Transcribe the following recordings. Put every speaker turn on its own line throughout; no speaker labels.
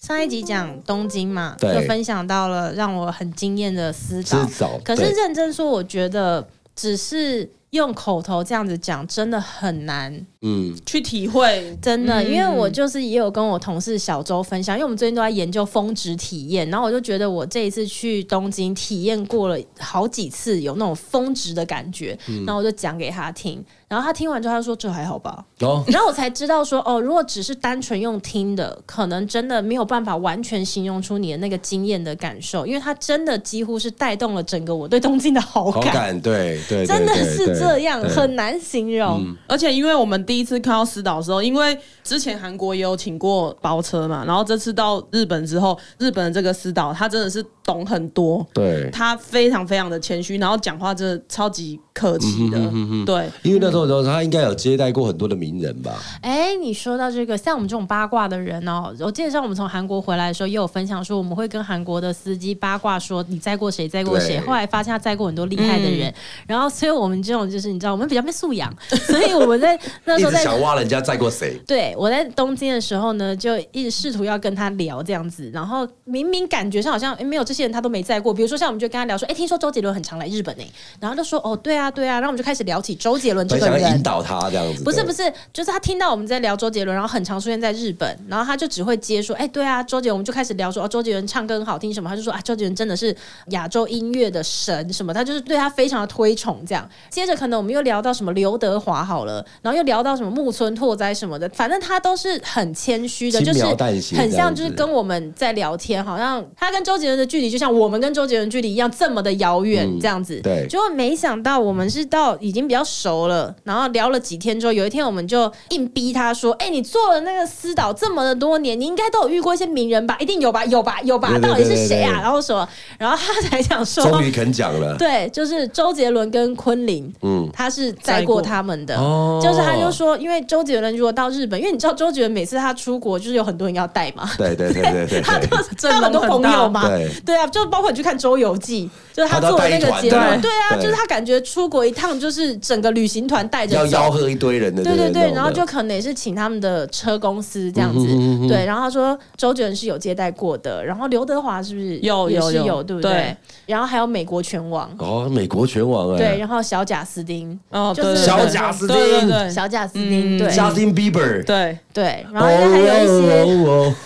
上一集讲东京嘛，
对
就分享到了让我很惊艳的私
是
岛。
早，
可是
对
认真说，我觉得只是用口头这样子讲，真的很难，
嗯，
去体会，
真的。
嗯
因为我就是也有跟我同事小周分享，因为我们最近都在研究峰值体验，然后我就觉得我这一次去东京体验过了好几次，有那种峰值的感觉，
嗯
然后我就讲给他听，然后他听完之后他说：“这还好吧。”
然后
然后我才知道说，哦，如果只是单纯用听的，可能真的没有办法完全形容出你的那个经验的感受，因为它真的几乎是带动了整个我对东京的好
好
感，
感，对对，对
真的
对
是
对
这样，
对嗯
很难形容。
而且因为我们第一次看到石岛的时候，因为之前韩国也有请过包车嘛，然后这次到日本之后，日本的这个石岛他真的是懂很多，
对。
他非常非常的谦虚，然后讲话真的超级客气的，对。
因为那时候，然后他应该有接待过很多的名人吧？
哎、你说到这个，像我们这种八卦的人哦，我记得像我们从韩国回来的时候，也有分享说，我们会跟韩国的司机八卦说你载过谁，载过谁。
对嗯
后来发现他载过很多厉害的人，然后所以我们这种就是你知道，我们比较没素养，所以我们 在那
一
时候
直
在
想挖人家载过谁？
对，我在东京的时候呢，就一直试图要跟他聊这样子，然后明明感觉上好像、诶没有这些人他都没在过，比如说像我们就跟他聊说，哎、听说周杰伦很常来日本呢、然后就说哦，对啊，对啊，然后我们就开始聊起周杰伦这
本
个
想要引
人。
导他这样子。
不是
对
不是，就是他听到我们在聊周杰伦，然后很常出现在日本，然后他就只会接说，哎、对啊，周杰伦，我们就开始聊说，哦，周杰伦唱歌很好听什么，他就说啊，周杰伦真的是亚洲音乐的神什么，他就是对他非常的推崇这样。接着可能我们又聊到什么刘德华好了，然后又聊到什么木村拓哉什么的，反正他都是很谦虚的，
轻
就是
描淡写
很
这样
像
子
就是跟我们在聊天，好像他跟周杰伦的距离就像我们跟周杰伦距离一样这么的遥远
嗯
这样子。
对
结果没想到我们是到已经比较熟了，然后聊了几天之后，有一天我们就硬逼他说：“哎、你做了那个私导这么的多年，你应该都有遇过一些名人吧？一定有吧？有吧？有吧？
对对
到底是
对对
谁啊？”
对
然后什么？然后他才想说，
终于肯讲了。
对，就是周杰伦跟昆凌，嗯，他是载过他们的。
哦
就是他就说，因为周杰伦如果到日本，因为你知道周杰伦每次他出国就是有很多人要带嘛，
对对对对对
他
对
都他有很多朋友嘛，
对
对啊，就包括你去看《周游记》，就是
他
做
都
的
带
那
一
个
团
节目
的，
对啊，
对
就是他感觉出国一趟就是整个旅行团带着
要
走
吆喝一堆人的。
对对
对
对，然后
那种
就
的
可能也是请他们的车公司这样子，
嗯哼嗯哼
对。然后他说周杰伦是有接待过的，然后刘德华是不是
有
也
有
是
有
有对不对？
对
然后还有美国拳王，
哦，美国拳王
对，
哎，
然后小贾斯汀，
哦，
就是
对对对
小
贾斯汀
对对对嗯
小贾斯汀，对
，Justin Bieber，
对，
对，然后应该还有一些。
哦哦哦哦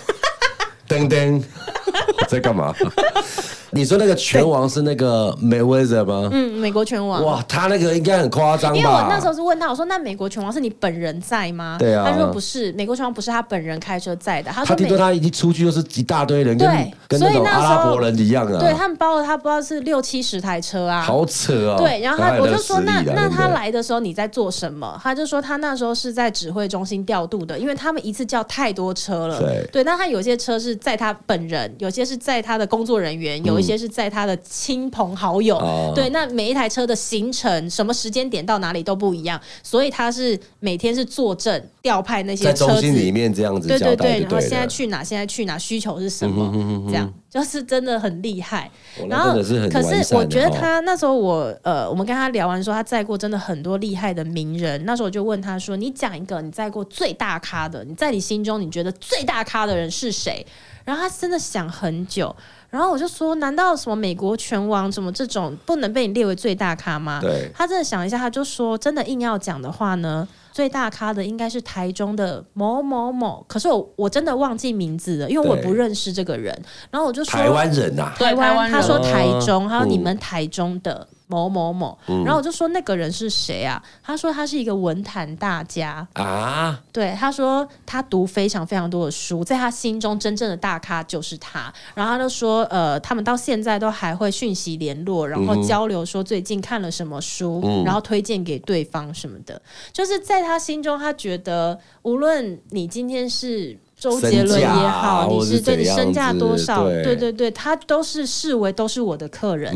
噔噔， 在干嘛？ 你说那个拳王是那个 Mayweather 吗？
嗯，美国拳王，
哇，他那个应该很夸张吧？
因为我那时候是问他，我说那美国拳王是你本人在吗？
对啊
他说不是，美国拳王不是他本人开车在的。他
他
说
听
美
说他一出去就是一大堆人，跟
对
跟
所
那
以
种
那时
阿
候
拉伯人一样啊，
对他们包了他不知道是六七十台车啊，
好扯哦。
对，然后他
哪有
我
那
就
个
说
实力
那
啊
那他，
对
来的时候你在做什么？他就说他那时候是在指挥中心调度的，因为他们一次叫太多车了。
对
那他有些车是在他本人，有些是在他的工作人员，有一些是在他的亲朋好友。
嗯哦
对，那每一台车的行程、什么时间点到哪里都不一样，所以他是每天是坐镇调派那
不对在
些车
中心里
子。
面这样子
对
交
对
代
对，
就
然后
对
现在
了。嗯
去哪？现在去哪？需求是什么？这样就是真的很厉害。
哇
然
哦那
后
真的是很
可
完
是
善
我觉得
哦
他那时候我呃，我们跟他聊完说他载过真的很多厉害的名人，那时候我就问他说：“你讲一个你载过最大咖的，你在你心中你觉得最大咖的人是谁？”然后他真的想很久，然后我就说：“难道什么美国拳王什么这种不能被你列为最大咖吗？”
对
他真的想一下，他就说：“真的硬要讲的话呢，最大咖的应该是台中的某某某，可是我我真的忘记名字了，因为我
对
不认识这个人。”然后我就说：“
台湾人啊呐，
对台湾人
他说台中，他说
嗯
你们台中的某某某，然后我就说那个人是谁啊？他说他是一个文坛大家，
啊，
对，他说他读非常非常多的书，在他心中真正的大咖就是他。然后他就说，呃，他们到现在都还会讯息联络，然
嗯
后交流说最近看了什么书，然后推荐给对方什么的。就是在他心中，他觉得无论你今天是。周杰伦也好，
身价啊
你
或
是
是
对你身价多少，
怎样子
对对
对嗯
对，他都是视为都是我的客人，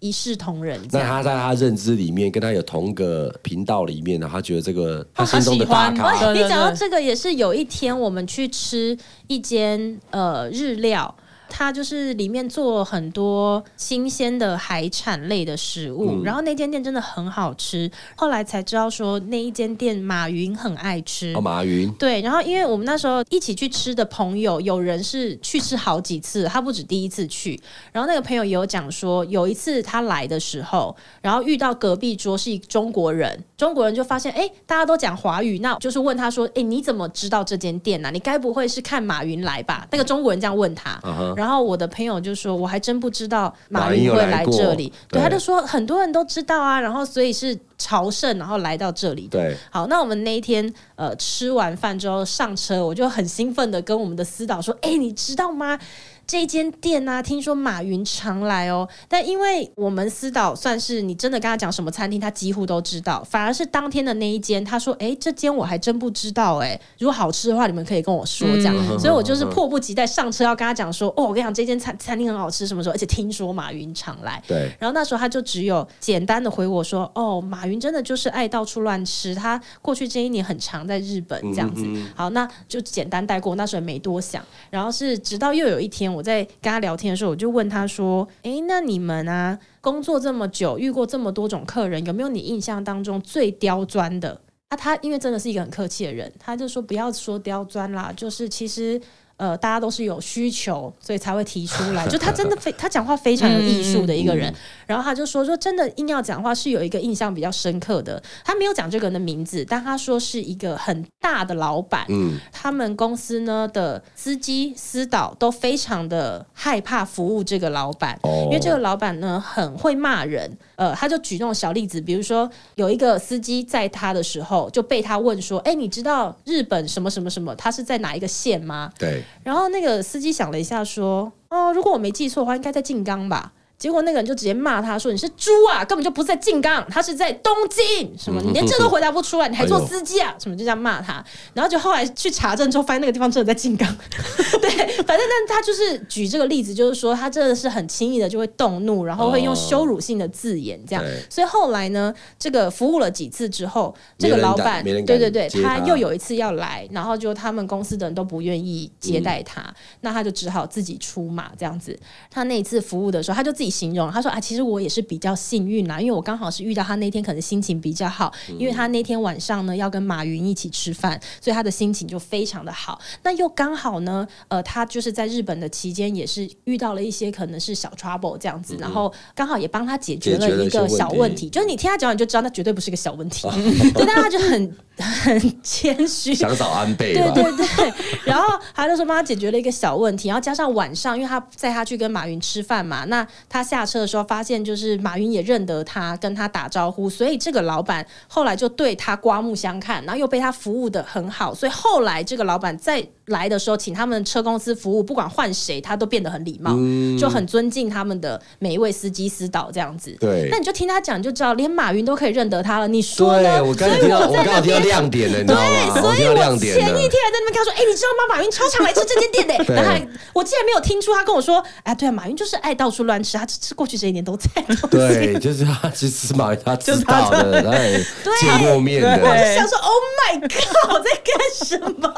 一视同仁这
那
样。
他在他认知里面，跟他有同个频道里面，然啊后他觉得这
哦
个他心中的
他
大
喜欢
咖，
对
你
对
讲到
对
这个也是有一天我们去吃一间呃日料，它就是里面做很多新鲜的海产类的食
嗯
物，然后那间店真的很好吃。后来才知道说那一间店马云很爱吃
哦，。马云，
对，然后因为我们那时候一起去吃的朋友，有人是去吃好几次，他不止第一次去。然后那个朋友也有讲说，有一次他来的时候，然后遇到隔壁桌是一中国人，中国人就发现，哎，大家都讲华语，那就是问他说，哎，你怎么知道这间店呢、啊你该不会是看马云来吧？那个中国人这样问他。
嗯哼，
然后我的朋友就说，我还真不知道马
马云
云
有
会
来
来
过
这里。对，
对
他就说很多人都知道啊，然后所以是朝圣，然后来到这里的。
对，
好，那我们那一天呃吃完饭之后上车，我就很兴奋的跟我们的司导说：“哎、你知道吗？这间店啊，听说马云常来哦。但因为我们司导算是你真的跟他讲什么餐厅，他几乎都知道。反而是当天的那一间，他说：‘哎、这间我还真不知道、哎，如果好吃的话，你们可以跟我说。’这样，所以我就是迫不及待上车要跟他讲说：‘哦，我跟你讲，这间餐餐厅很好吃，什么时候？而且听说马云常来。’
对，
然后那时候他就只有简单的回我说：“哦，马云真的就是爱到处乱吃，他过去这一年很常在日本这样子。好，那就简单带过，那时候也没多想。然后是直到又有一天我在跟他聊天的时候，我就问他说：“诶，那你们啊，工作这么久，遇过这么多种客人，有没有你印象当中最刁钻的？”啊，他因为真的是一个很客气的人，他就说不要说刁钻啦，就是其实呃，大家都是有需求，所以才会提出来。就他真的非他讲话非常有艺术的一个人，然后他就说说真的硬要讲话是有一个印象比较深刻的，他没有讲这个人的名字，但他说是一个很大的老板，
嗯，
他们公司呢的司机、司导都非常的害怕服务这个老板，
哦
因为这个老板呢很会骂人。呃，他就举那种小例子，比如说有一个司机在他的时候就被他问说：“哎、你知道日本什么什么什么，他是在哪一个县吗
对，？”
然后那个司机想了一下说：“哦，如果我没记错的话，应该在静冈吧。”结果那个人就直接骂他说：“你是猪啊，根本就不是在静冈，他是在东京，什
嗯
么你连这都回答不出来，你
哎
还做司机啊？什么就这样骂他。”然后就后来去查证之后，发现那个地方真的在静冈。 对，反正但他就是举这个例子，就是说他真的是很轻易的就会动怒，然后会用
哦
羞辱性的字眼这样。
对
所以后来呢，这个服务了几次之后，这个
没人
老
敢
板
没人
对
敢
对对，
接
他
他
又有一次要来，然后就他们公司的人都不愿意接待他，
嗯
那他就只好自己出马这样子。他那一次服务的时候，他就自己形容，他说啊，其实我也是比较幸运啦，因为我刚好是遇到他那天可能心情比较好，
嗯
因为他那天晚上呢要跟马云一起吃饭，所以他的心情就非常的好。那又刚好呢，呃，他就是在日本的期间也是遇到了一些可能是小 trouble 这样子，然后刚好也帮他解决
嗯解决
了
了
一
一些
个
问
小
题
问题，就是你听他讲你就知道那绝对不是个小问 题，对，但他就很很谦虚，
想找安倍
对
吧，
对对， 然后他就说帮他解决了一个小问题，然后加上晚上，因为他载他去跟马云吃饭嘛，那他下车的时候发现就是马云也认得他，跟他打招呼，所以这个老板后来就对他刮目相看，然后又被他服务的很好，所以后来这个老板再来的时候，请他们车公司服务，不管换谁，他都变得很礼貌，
嗯
就很尊敬他们的每一位司机司导这样子。
对
那你就听他讲，你就知道连马云都可以认得他了，你说呢？
对，我刚才听到，我刚好听到亮点了，你知道吗？
所
听
以
到
我
亮
前一
点
天还在
了，
那边跟他说：“哎、你知道吗？马云超常来吃这间店的、
对
然后还我竟然没有听出他跟我说：“哎，对啊，马云就是爱到处乱吃，他吃过去这一年都在。
对，就是他其实马云他知
就是他
道的，他也见过面
我
的，
就想说，Oh my god，我在 干什么？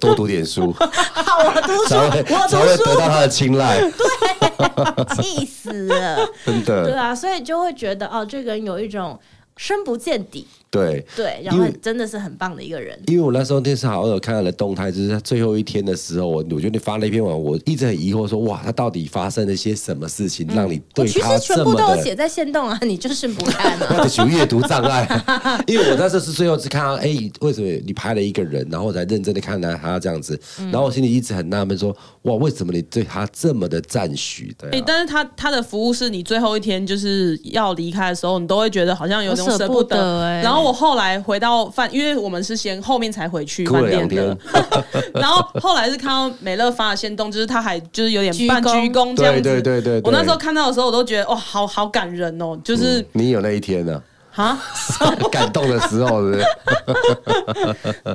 多读 点书，
好，我读书，
才会
我
才会
读
得到他的青睐，
书， 气死了。
真
对
的，
啊，所以就会觉得哦，这个人有一种深不见底，
对。
对，然
因
后
为
真的是很棒的一个人。
因为我那时候电视好像有看到的动态，就是他最后一天的时候，我我觉得你发了一篇文，我一直很疑惑说，哇，他到底发生了些什么事情，让你
嗯我
对
其
他
实全
这
部
么
都有
的
写在线动啊，你就是不看 啊。
那属于阅读障碍，因为我那时候是最后是看到，哎、为什么你拍了一个人，然后我才认真的看到他这样子，
嗯
然后我心里一直很纳闷说，哇，为什么你对他这么的赞许？对、
哎、
啊，
但是他他的服务是你最后一天就是要离开的时候，你都会觉得好像有种
我舍
舍
不
不
得
得。
哎
欸
然后我后来回到饭，因为我们是先后面才回 去
哭
饭
了两
店
天
的。然后后来是看到美乐发的先动，就是他还就是有点半
鞠
鞠
躬
躬这样子。
对对对对对
我那时候看到的时候，我都觉得哇，好好感人哦，就是
你有那一 天呢、
啊，
啊，感动的时候是不是？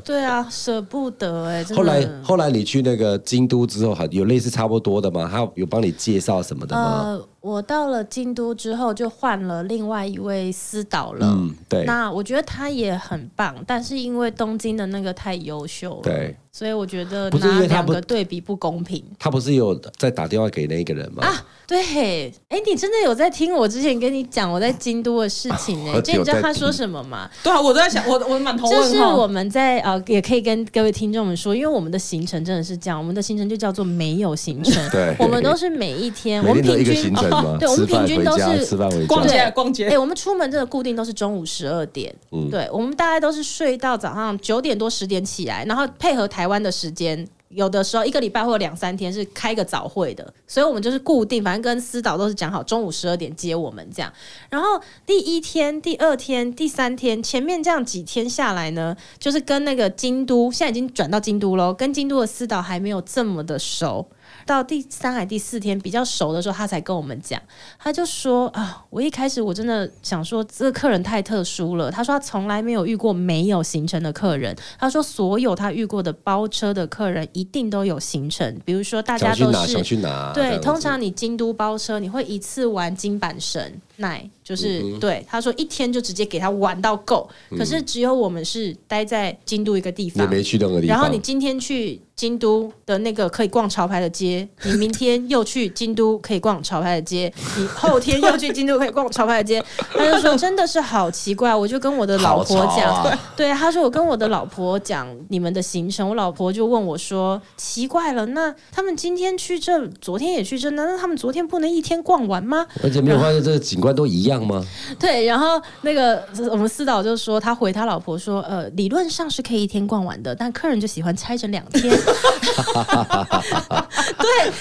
对啊，舍不得哎、真的
后来后来你去那个京都之后，还有类似差不多的吗？他有帮你介绍什么的吗？
呃，我到了京都之后，就换了另外一位司导了。
嗯，对
那我觉得他也很棒，但是因为东京的那个太优秀了，
对，
所以我觉得
不是因
拿
为他
两
不
个对比不公平
他不是有在打电话给那一个人吗？
啊。对，哎，你真的有在听我之前跟你讲我在京都的事 情呢、
我有
就你知道
在
他说
听，
什么吗？
对啊，我都在想，我我满头
就
问
是
号。
我们在呃，也可以跟各位听众们说，因为我们的行程真的是这样，我们的行程就叫做没有行程
对
我们都是每一天，我
每
们
天都
平
一个
均哦
行程吗？
对我们
吃饭
平均
回
都
家，
是
吃饭回
逛
家，
街啊
对
逛
哎、
街，
我们出门真的固定都是中午十二点，
嗯
对，我们大概都是睡到早上九点多十点起来，然后配合台湾的时间。有的时候一个礼拜或两三天是开个早会的，所以我们就是固定，反正跟司导都是讲好中午十二点接我们这样。然后第一天、第二天、第三天，前面这样几天下来呢，就是跟那个京都，现在已经转到京都喽，跟京都的司导还没有这么的熟。到第三还第四天比较熟的时候，他才跟我们讲，他就说啊，我一开始我真的想说这个客人太特殊了。他说他从来没有遇过没有行程的客人。他说所有他遇过的包车的客人一定都有行程，比如说大家
想去
都
哪
是
想去哪，啊这
对，
样子
通常你京都包车，你会一次玩金板神奈，就是、
嗯
对他说一天就直接给他玩到够。可是只有我们是待在京都一个地
你也
方，
没去任何地方，
然后你今天去京都的那个可以逛潮牌的街，你明天又去京都可以逛潮牌的街， 你后天又去京都可以逛潮牌的街。他就说真的是好奇怪，我就跟我的老婆
好
讲，
潮啊
对，他说我跟我的老婆讲你们的行程，我老婆就问我说奇怪了，那他们今天去这，昨天也去这，难道他们昨天不能一天逛完吗？
而且没有发现这个景观都一 样吗？
对，然后那个呃我们司导就说，他回他老婆说，呃，理论上是可以一天逛完的，但客人就喜欢拆成两 天。对，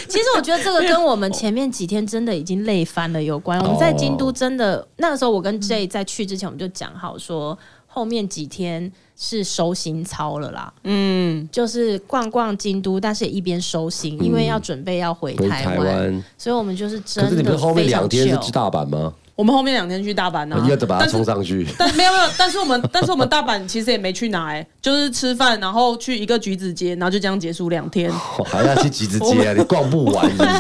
其实我觉得这个跟我们前面几天真的已经累翻了有关。我
哦
们在京都真的那个时候，我跟 J 在去之前，我们就讲好说，后面几天是收心操了啦。
嗯，
就是逛逛京都，但是也一边收心，因为要准备要回
嗯回
台
台湾
所以我们就是真
可
的
是你不是后面
非常
两天是
chill
去大阪吗？
我们后面两天去大阪
哦你要再
啊，
把它
但是
冲上去。
但没有没有，但是我们但是我们大阪其实也没去哪哎、就是吃饭，然后去一个橘子街，然后就这样结束两天。
哇 还要去橘子 街啊？你逛不完是不是？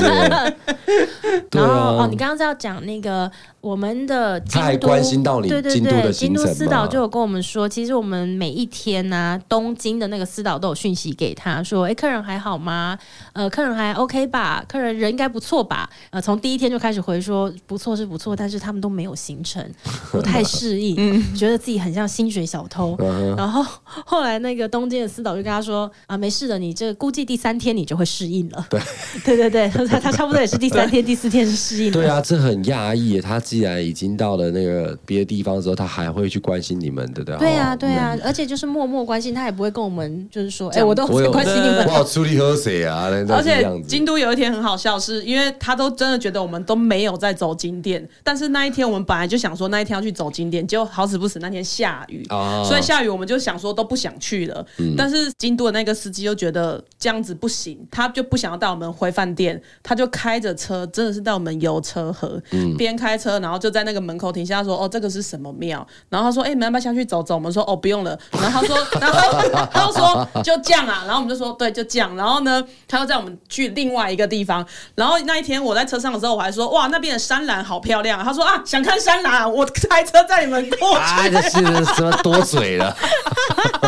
对
然后哦
啊，
你，刚刚是要讲那个我们的京都，
他还关心到你
对对
京都
对，
的
京
行程吗
都司导就有跟我们说，其实我们每一天呢、东京的那个司导都有讯息给他说，哎，客人还好吗？呃，客人还 OK 吧？客人人应该不错吧？呃，从第一天就开始回说不错是不
嗯
错，但是他们都没有行 程，不太适应，觉得自己很像薪水小偷。
嗯
然后后来那个东京的司导就跟他说啊，没事的，你这估计第三天你就会适应了。对 对对对，他他差不多也是第三天、第四天是适应了。
对啊，这很讶异耶。他既然已经到了那个别的地方之后，他还会去关心你们，对不对？
对啊，
哦
对啊，而且就是默默关心，他也不会跟我们就是说，哎、
讲
我都
我有
很关心你们
我。好出力喝水啊，那
而
那这
且
样子
京。都有一天很好笑，是因为他都真的觉得我们都没有在走景点，但是那一天我们本来就想说那一天要去走景点，结果好死不死那天下雨，
哦
所以下雨我们就想说都不想去了。但是京都的那个司机就觉得这样子不行，他就不想要带我们回饭店，他就开着车，真的是带我们游车河，边、开车然后就在那个门口停下，他说哦这个是什么庙，然后他说哎、你们要不要下去走走？我们说哦不用了，然后他说， 然后他他就说就这样啊，然后我们就说对就这样，然后呢他又带我们去另外一个地方，然后那一天我在车上的时候我还说哇那边的山岚好漂亮啊，他说啊想看山岚啊，我开车载你们过去。
啊，这是什么多嘴 了？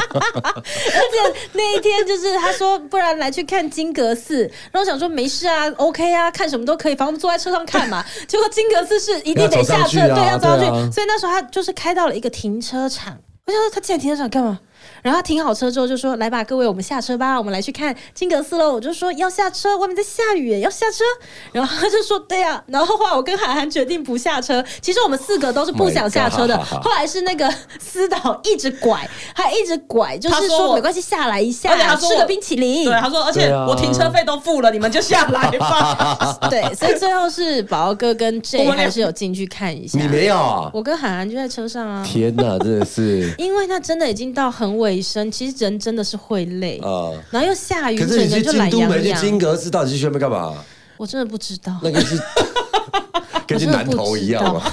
而且那一天就是他说，不然来去看金阁寺，然后我想说没事啊，OK 啊，看什么都可以，反正我们坐在车上看 嘛。结果金阁寺是一定得下车，
要走上去啊
对，要走上去。
对啊
所以那时候他就是开到了一个停车场，我想说他进来停车场干嘛？然后他停好车之后就说：“来吧，各位，我们下车吧，我们来去看金阁寺喽。”我就说要下车，外面在下雨耶，要下车。然后他就说：“对呀、啊。”然后后来我跟韩寒决定不下车。其实我们四个都是不想下车的。
Oh my God
后来是那个司导一直拐，他一直拐，就
他
是
说我
说没关系，下来一下，
而且他说
吃
我
个冰淇淋。
对，他说，而且
对啊
我停车费都付了，你们就下来吧。
对所以最后是宝哥 跟 J
我们俩
还是有进去看一下。
你没有啊？
我跟韩寒就在车上啊。
天哪，真 的是
因为那真的已经到很尾声，其实人真的是会累，
啊！
然后又下雨，
可
整
是
个
你去
人就
京
懒
都没
洋
去
洋。
金阁寺，到底去那边干嘛？
我真的不知道。
那个是 跟去南投一样
我
嘛？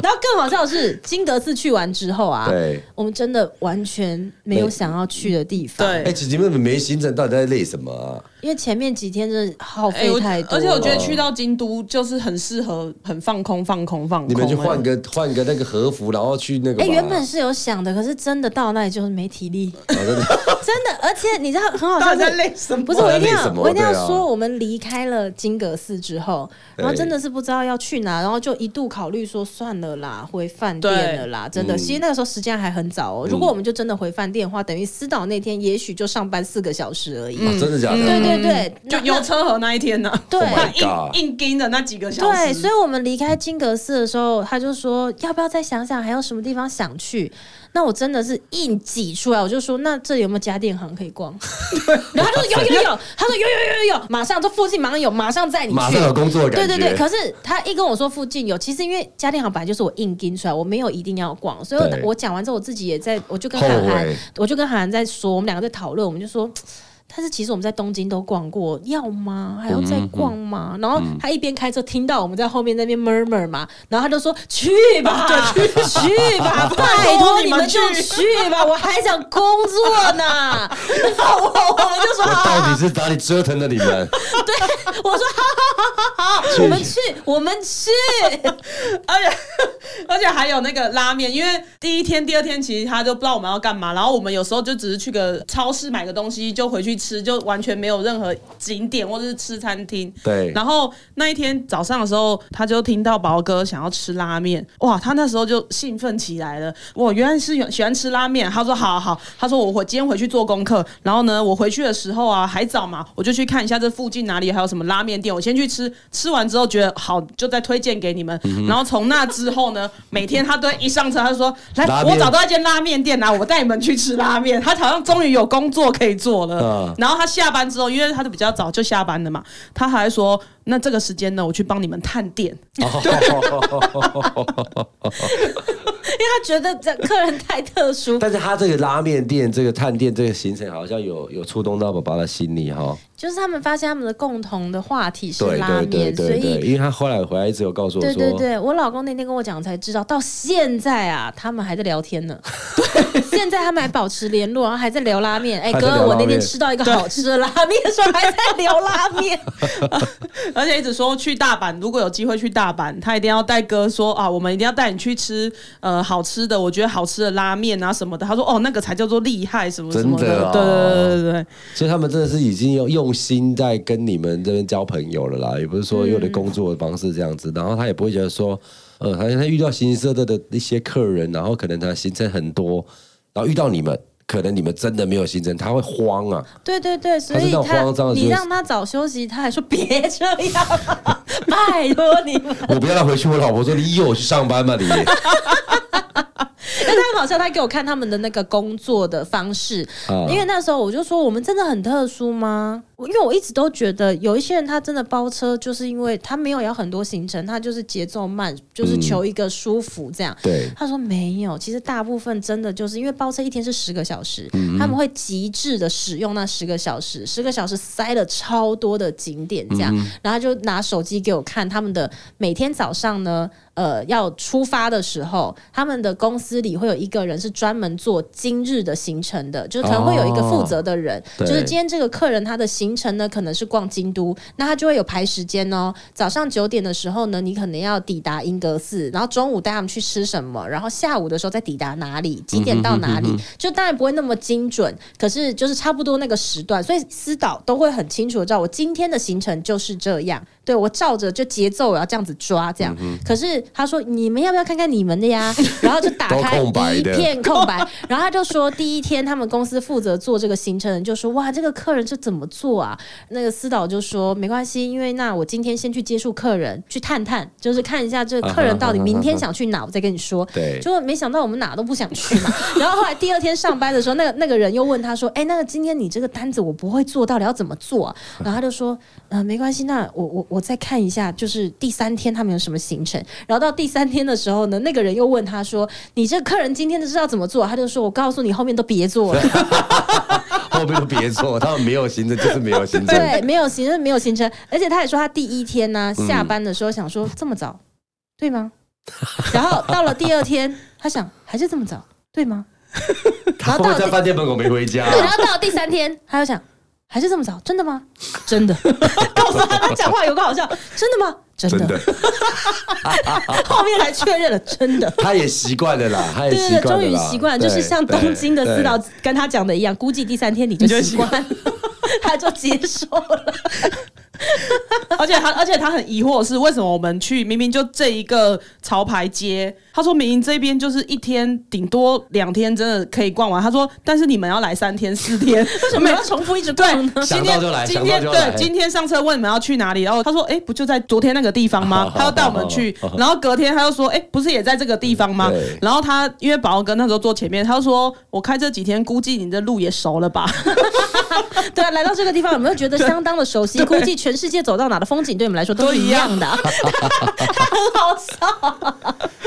然后更好笑的是，金德寺去完之后啊，
对。
我们真的完全没有想要去的地方。
对
哎、姐姐妹妹没行程，到底在累什么啊、
因为前面几天真的耗
哎、
费
我
太多了、
而且我觉得去到京都就是很适合很放空、放空、放空、
你们就
哎
换个换个那个和服，然后去那个吧。
嗯哎、原本是有想的，可是真的到那里就是没体 力，
啊真的
真的。而且你知道很好
到
笑
底在
是，
累什么？
不是我一定
到底在累
要
什么
我一定要
对啊
说，我们离开了金阁寺之后，然后
对
真的是不知道要去哪，然后就一度考虑说算了啦，回饭店
对
了啦。
嗯
真的，其实那个时候时间还很早哦。如果我们就真的回饭店的话，等于私岛那天也许就上班四个小时而已。
啊真的假的？
对对对，
就
那
油车河那一天呢、
对
Oh my
硬
God
硬盯的那几个小时，
对，所以我们离开金阁寺的时候，他就说要不要再想想还有什么地方想去？那我真的是硬挤出来，我就说那这里有没有家电行可以逛？然后他就说有有有，他说有有有有有，马上这附近马上有，马上载你去。
马上有工作的
对
感觉。
对对，可是他一跟我说附近有，其实因为家电行本来就是我硬盯出来，我没有一定要逛，所以
对
我我讲完之后，我自己也在，我就跟
后
韩寒
悔，
我就跟韩寒在说，我们两个在讨论，我们就说。但是其实我们在东京都逛过，要吗？还要再逛吗？然后他一边开车，听到我们在后面那边 murmur 嘛，然后他就说：“去吧，去吧， 拜托你们就去吧，我还想工作呢。” 然后我我们就说：“
我
好
到底是哪里折腾了你们？
对，我说好好好好好，我们去，我们去。
而且 而且还有那个拉面，因为第一天、第二天其实他就不知道我们要干嘛，然后我们有时候就只是去个超市买个东西就回去吃，就完全没有任何景点或者是吃餐厅。
对
然后那一天早上的时候，他就听到宝哥想要吃拉面，哇，他那时候就兴奋起来了。我原来是有喜欢吃拉面，他说好好好，他说我我今天回去做功课，然后呢，我回去的时候啊还早嘛，我就去看一下这附近哪里还有什么拉面店，我先去吃，吃完之后觉得好，就再推荐给你们。
嗯
然后从那之后呢，每天他都一上车，他就说来
拉，面
我找到一间拉面店啊啦，我带你们去吃拉面。他好像终于有工作可以做了。
嗯
然后他下班之后，因为他就比较早就下班了嘛，他还说。那这个时间呢，我去帮你们探 店。
因为他觉得这客人太特殊，
但是他这个拉面店、这个探店、这个行程，好像有有触动到爸爸的心里哈。
就是他们发现他们的共同的话题是
对
拉
对对
面，所
对对，
以。
因为他后来回来一直有告诉我
对
说，
对对，我老公那天跟我讲才知道，到现在啊，他们还在聊天呢。对，现在他们还保持联络，然后还在聊拉面。哎、
还在聊
哥，
拉
我那天
面
吃到一个好吃的拉面，说还在聊拉面。啊
而且一直说去大阪，如果有机会去大阪，他一定要带哥说啊，我们一定要带你去吃呃好吃的，我觉得好吃的拉面啊什么的。他说哦，那个才叫做厉害什么什么
真的
的。
啊
对对对对对对。
所以他们真的是已经用用心在跟你们这边交朋友了啦，也不是说用的工作的方式这样子，然后他也不会觉得说，呃，好像他遇到形形色色的一些客人，然后可能他行程很多，然后遇到你们，可能你们真的没有行程，他会慌啊，
对对对，所以
是那种
他
慌张的
你
就是
让他早休息，他还说别这样啊，拜托你们。
我不要他回去，我老婆说你有去上班 吗你？
但他很好笑，他给我看他们的那个工作的方式，
啊
因为那时候我就说，我们真的很特殊吗？我因为我一直都觉得有一些人他真的包车，就是因为他没有要很多行程，他就是节奏慢，就是求一个舒服这样。
对
他说没有，其实大部分真的就是因为包车一天是十个小时，他们会极致的使用那十个小时，十个小时塞了超多的景点这样，然后他就拿手机给我看他们的每天早上呢，呃，要出发的时候，他们的公司里会有一个人是专门做今日的行程的，就是可能会有一个负责的人，
对
就是今天这个客人他的行程呢可能是逛京都，那他就会有排时间哦，早上九点的时候呢，你可能要抵达英格寺，然后中午带他们去吃什么，然后下午的时候再抵达哪里，几点到哪里，就当然不会那么精准，可是就是差不多那个时段，所以司导都会很清楚的知道我今天的行程就是这样，对我照着就节奏我要这样子抓这样。可是他说你们要不要看看你们的呀？然后就打
都
开
空白
一
的
片片空白。然后他就说，第一天他们公司负责做这个行程的人就说，哇，这个客人这怎么做啊？那个司导就说，没关系，因为那我今天先去接触客人，去探探，就是看一下这个客人到底明天想去哪，我再跟你说。
对
结果没想到我们哪都不想去嘛。 然后后来第二天上班的时候，那个那个人又问他说，哎，那个今天你这个单子我不会做，到底要怎么做啊、然后他就说，呃，没关系，那我我我再看一下，就是第三天他们有什么行程。然后到第三天的时候呢，那个人又问他说：“你这客人今天知道怎么做？”他就说：“我告诉你，后面都别做了。
后面就别做，他们没有行程就是没有行”程，
对，没有行程，没有行程。而且他也说，他第一天呢、
嗯
下班的时候想说这么早，对吗？ 然后到了第二天，他想还是这么早，对吗？
他会不会在饭店门口没回家
对，然后到了第三天，他又想还是这么早？真的吗？真的。 告诉他他讲话有个好笑，真的吗？真
真
的。
的，
后面还确认了，真的。
他也习惯了啦，他也
对
习
对对，
惯
终
了
于
啦，
习惯，了，就是
对
像东京的司导，跟他讲的一样，估计第三天你就
你就
习惯 了， 他就接受了。
而且他，而且他很疑惑是为什么我们去明明就这一个潮牌街，他说明明这边就是一天顶多两天真的可以逛完，他说但是你们要来三天四天，为
为什么要重复一直逛呢？
对，今
想
天
到就来
今
想
天
到就来
对，今天上车问你们要去哪里，然后他说：“哎、不就在昨天那个地方吗？”他要带我们去，然后隔天他又说：“哎、不是也在这个地方吗
对？”
然后他因为保安哥那时候坐前面，他就说：“我开这几天，估计你的路也熟了吧？”
对啊，来到这个地方有没有觉得相当的熟悉？估计全世界走到哪的风景对你们来说都
都
是
一
一样
样
的啊，很好笑。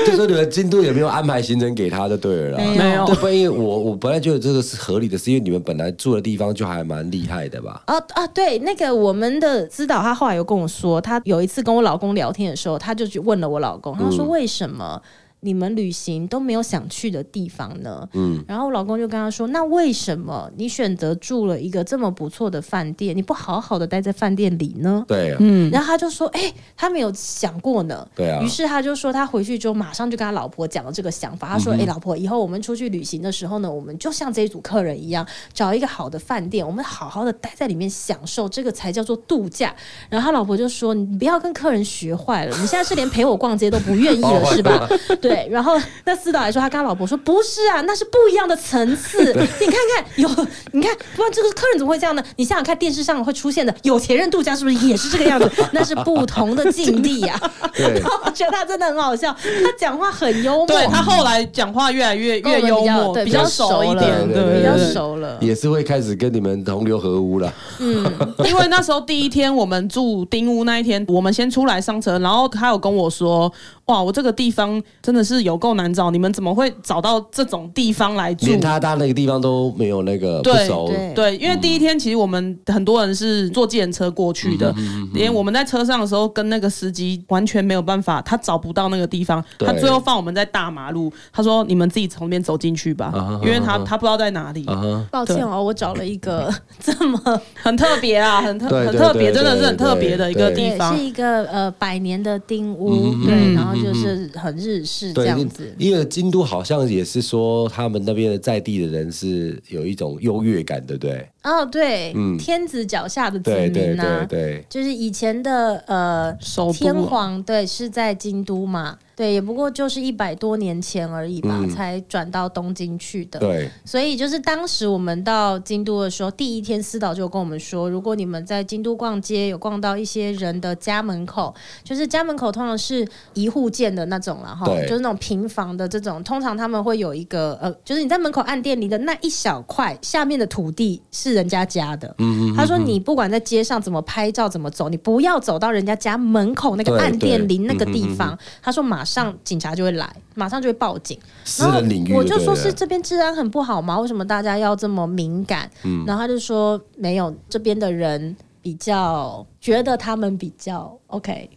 就说你们京都也没有安排行程给他就对了啦。
没
有
对，不，因为我我本来觉得这个是合理的，是因为你们本来住的地方就还蛮厉害的吧？
哦啊，对，那个我们的指导他后来有跟我说，他有一次跟我老公聊天的时候，他就去问了我老公，他说为什么？你们旅行都没有想去的地方呢？嗯，然后我老公就跟他说：“那为什么你选择住了一个这么不错的饭店，你不好好的待在饭店里呢？”
对啊，
嗯，然后他就说：“哎、他没有想过呢。”
对啊
于是他就说，他回去之后马上就跟他老婆讲了这个想法。他
嗯
说：“哎、老婆，以后我们出去旅行的时候呢，我们就像这一组客人一样，找一个好的饭店，我们好好的待在里面享受，这个才叫做度假。”然后他老婆就说：“你不要跟客人学坏了，你现在是连陪我逛街都不愿意
哦
了，是吧？” 对。然后那司导还说，他跟他老婆说：“不是啊，那是不一样的层次。你看看，有你看，不然这个客人怎么会这样呢？你想想看，电视上会出现的有钱人度假是不是也是这个样子？那是不同的境地呀、啊。”
对
然后我觉得他真的很好笑，他讲话很幽默，
对他后来讲话越来越
跟我
越
们
幽
比较
默，
对
比
比较
熟一
熟了
点，
对对
对
比
对
较
对对。
熟了。
也是会开始跟你们同流合污了。
因为那时候第一天我们住丁屋那一天，我们先出来上车，然后他有跟我说：“哇，我这个地方真的是有够难找，你们怎么会找到这种地方来住？”
连他搭那个地方都没有那个不
对
熟，
对
对，因为第一天其实我们很多人是坐计程车过去的，连我们在车上的时候跟那个司机完全没有办法，他找不到那个地方，
对
他最后放我们在大马路，他说你们自己从那边走进去吧，
啊哈
因为他他不知道在哪里，
啊哈，
抱歉哦，我找了一个 这么
很特别啊，很特
对
很
对
特别，
对
真的是
对
很特别的一个
对
地，方
是。一个呃百年的丁
嗯
屋，对，然后就是很日式这
对
样子，，
因为京都好像也是说他们那边的在地的人是有一种优越感，对不对？
哦，对，天子脚下的子
嗯对对
民啊
对
呐，
对，
就是以前的呃
首都
天皇，对，是在京都嘛，对，也不过就是一百多年前而已吧，才转到东京去的，
对，
所以就是当时我们到京都的时候，第一天司导就跟我们说，如果你们在京都逛街，有逛到一些人的家门口，就是家门口通常是一户建的那种了哈，
对
就是那种平房的这种，通常他们会有一个呃，就是你在门口按电铃的那一小块下面的土地是人家家的。
嗯
他说你不管在街上怎么拍照怎么走，你不要走到人家家门口那个
对
按电
对嗯
铃那个地方，他说马上警察就会来，马上就会报警。
私
然后
人领域
我
对
就
了
说是这边治安很不好嘛，为什么大家要这么敏感？
嗯
然后他就说没有，这边的人比较觉得他们比较 OK，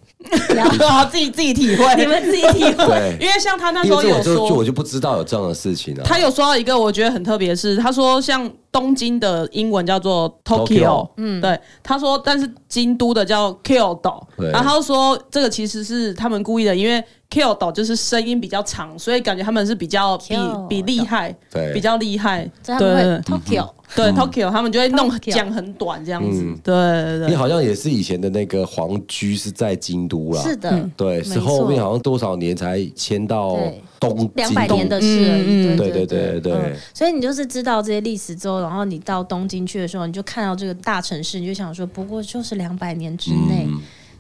然后
啊
好，自己自己体会，
你们自己体会。
对，
因为像他那时
因
候
为这
有
我就
说，
就我就不知道有这样的事情啊。
他有说到一个我觉得很特别的是，他说像东京的英文叫做
Tokyo
Tokyo，嗯，对，他说但是京都的叫 Kyoto，
对
然后他就说这个其实是他们故意的，因为 Kyoto 就是声音比较长，所以感觉他们是比较比
Kyoto
比厉害，
对
比较厉害，
所
对
以他们
对
会 Tokyo，
对 Tokyo 他们就会弄
Tokyo
讲很短这样子
嗯，
对对对
你
对。
好像也是以前的那个皇居是在京都啦，
是
嗯
的，
对，
没
是后面
错
好像多少年才迁到
对
东京，
两百年的
东
事而已。
嗯
对
对
对对对
嗯所以你就是知道这些历史之后，然后你到东京去的时候，你就看到这个大城市，你就想说，不过就是两百年之内，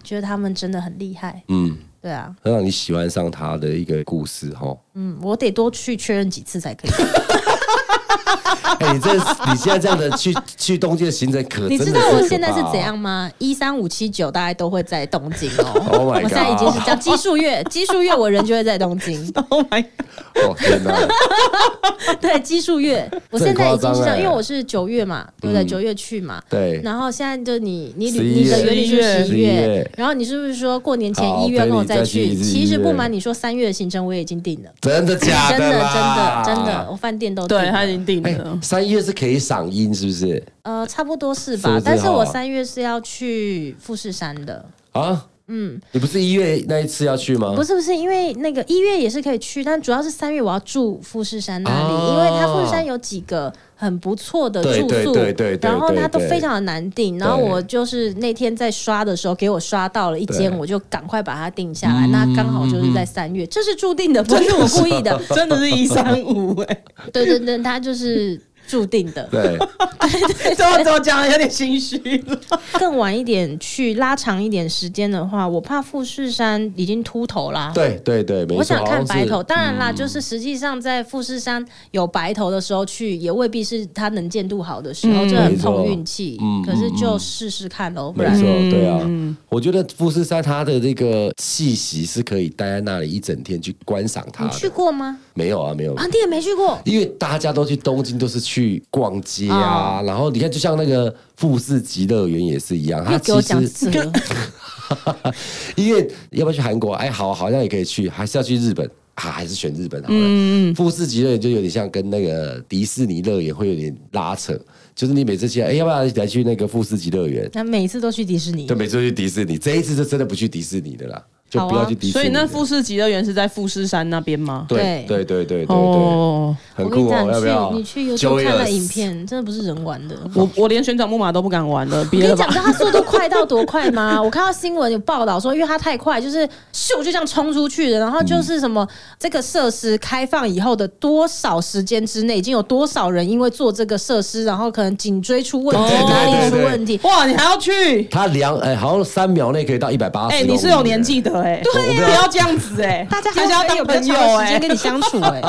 觉得他们真的很厉害。
嗯，
对啊，
很让你喜欢上他的一个故事 哈。
嗯，我得多去确认几次才可以。
哎，你这你现在这样的 去去东京的行程可
你
真的
知
是
道我
可
现在是
怕哦
怎？样吗？一三五七九大概都会在东京哦。
Oh my
我现在已经是这样，奇数月，奇数月我人就会在东 京。
Oh my！
哦天 哪！
对，奇数月，我现在已经是这
这很夸张
样，
欸嗯
因为我是九月嘛，对不对？九月去嘛。
对，
然后现在就你你
11
你的
月
原理是十
11
一月
月，
然后你是不是说过年前
好
一月跟我再
对
去？
你再去
其实
11月
不瞒你说，三月的行程我也已经定了，
真的假
真的真
啦
的真的，我饭店都定
对
了
他已经定
哎、
的。
三月是可以赏樱，是不是？
呃，差不多是
是不
吧
是？
但是
哈
我三月是要去富士山的，
啊，嗯，你不是一月那一次要去吗？
不是不是，因为那个一月也是可以去，但主要是三月我要住富士山那里，
哦
因为它富士山有几个很不错的
对
住
对
宿
对对，对
然后
对
它都
对
非常的难订。然后
对
我就是那天在刷的时候，给我刷到了一间，
对嗯
我就赶快把它定下来。那刚好就是在三月，这是注定的，不是我故意
哎
的。
真的是一三五哎，
对对对，它就是注定的。
对，
这么怎么讲有点心虚了。
更晚一点去拉长一点时间的话，我怕富士山已经秃头啦。
对对对，没错。
我想看
好像
白
是嗯
头，当然啦，就是实际上在富士山有白头的时候去，也未必是它能见度好的时候，
嗯
这很
没错
碰运气
嗯。
可是就试试看喽，不
没
然
错，对啊，我觉得富士山它的这个气息是可以待在那里一整天去观赏它
你去
的。
过吗？
没有啊，没有，
啊，你也没去 过。
因为大家都去东京都是去逛街啊，然后你看，就像那个富士极乐园也是一样，它
又给我
其
讲
实
这 个，
因为要不要去韩国？哎，好，好像也可以去，还是要去日本。啊，还是选日本好
嗯
了。富士极乐园就有点像跟那个迪士尼乐园会有点拉扯，就是你每次去，哎、要不要来去那个富士极乐园？
那每次都去迪士尼
就，每次去迪士尼，这一次就真的不去迪士尼的啦，就不要去迪士尼了。
所以那富士极乐园是在富士山那边吗？
对对
对
对对对对，
哦，
很
我跟
酷
你
哦，要不要？
讲，你去你去
Joyous
YouTube 看了影，片，真的不是人玩的。
我我连旋转木马都不敢玩了，
我
别
跟你
了
讲，
吧
你。知道它速度快到多快吗？我看到新闻有报道说，因为它太快，就是咻就这样冲出去的，然后就是什么、这个设施开放以后的多少时间之内，已经有多少人因为做这个设施，然后可能颈椎出问题，
对
哪
哦对
里出
对
问题。
哇，你还要去？
他量哎，好像三秒内可以到一百八十。
哎，你是有年，纪的哎，
我
不
不要
要这样子哎，
大家还
就是要
是有
当
比较
朋友
长的时
哎
间。跟你相处哎、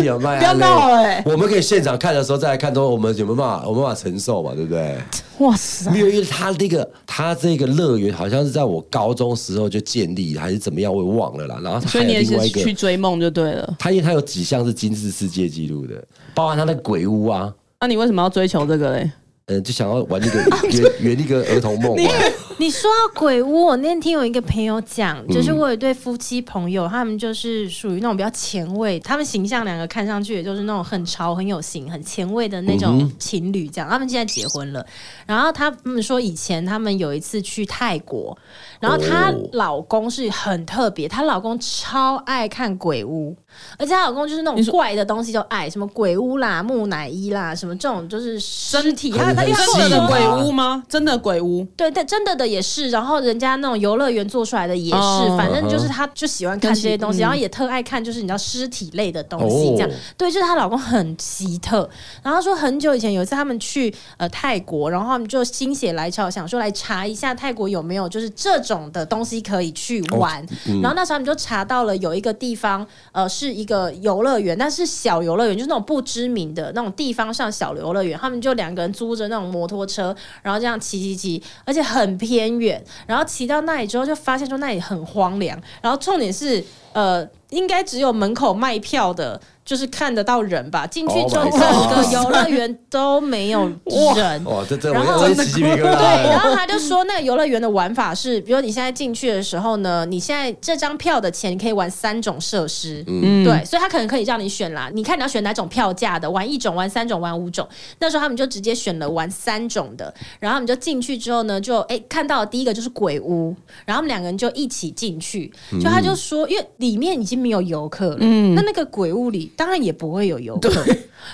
你有卖啊？
不要闹了哎
我们可以现场看的时候再来看，说我们有没有办法，我们有办法承受嘛，对不对？
哇塞！
没有，因为他这个他这个乐园好像是在我高中时候就建立，还是怎么样，我也忘了啦。然后他
所
还
以你也
有另
是
外一
去
个，
追梦就对了。
他因为他有几项是金氏世界纪录的，包含他的鬼屋啊。
那你为什么要追求这个嘞？
嗯，就想要玩那 个圆圆一个儿童梦嘛，
你说到鬼屋，我那天听我一个朋友讲，就是我有一对夫妻朋友，他们就是属于那种比较前卫，他们形象两个看上去也就是那种很潮、很有型、很前卫的那
嗯
种情侣，这样。他们现在结婚了，然后他们说以前他们有一次去泰国，然后她
哦
老公是很特别，她老公超爱看鬼屋，而且她老公就是那
你
种
说
怪的东西就爱，什么鬼屋啦、木乃伊啦，什么这种就是尸体，他他
很
因为他
吸
真
引
的
吧
鬼屋吗？真的鬼屋？
对，但真的的也是，然后人家那种游乐园做出来的也是，
哦
反正就是她就喜欢看这些东西，
嗯
然后也特爱看就是你知道尸体类的东西这样。
哦
对，就是她老公很奇特，然后说很久以前有一次他们去呃泰国，然后他们就心血来潮想说来查一下泰国有没有就是这种的东西可以去玩，然后那时候他们就查到了有一个地方呃是一个游乐园，但是小游乐园就是那种不知名的那种地方上小游乐园，他们就两个人租着那种摩托车，然后这样骑骑骑，而且很偏远，然后骑到那里之后就发现说那里很荒凉，然后重点是呃，应该只有门口卖票的，就是看得到人吧，进去
Oh my
之后
God
整个 游乐园都没有人。
哇，这这
然后
我也奇迹没
对，然
看
后他就说，那个游乐园的玩法是，比如你现在进去的时候呢，你现在这张票的钱，你可以玩三种设施，
嗯，
对，所以他可能可以让你选啦，你看你要选哪种票价的，玩一种、玩三种、玩五种。那时候他们就直接选了玩三种的，然后他们就进去之后呢，就哎、看到的第一个就是鬼屋，然后他们两个人就一起进去，
嗯
就他就说，因为里面已经没有游客了，那那个鬼屋里当然也不会有游客，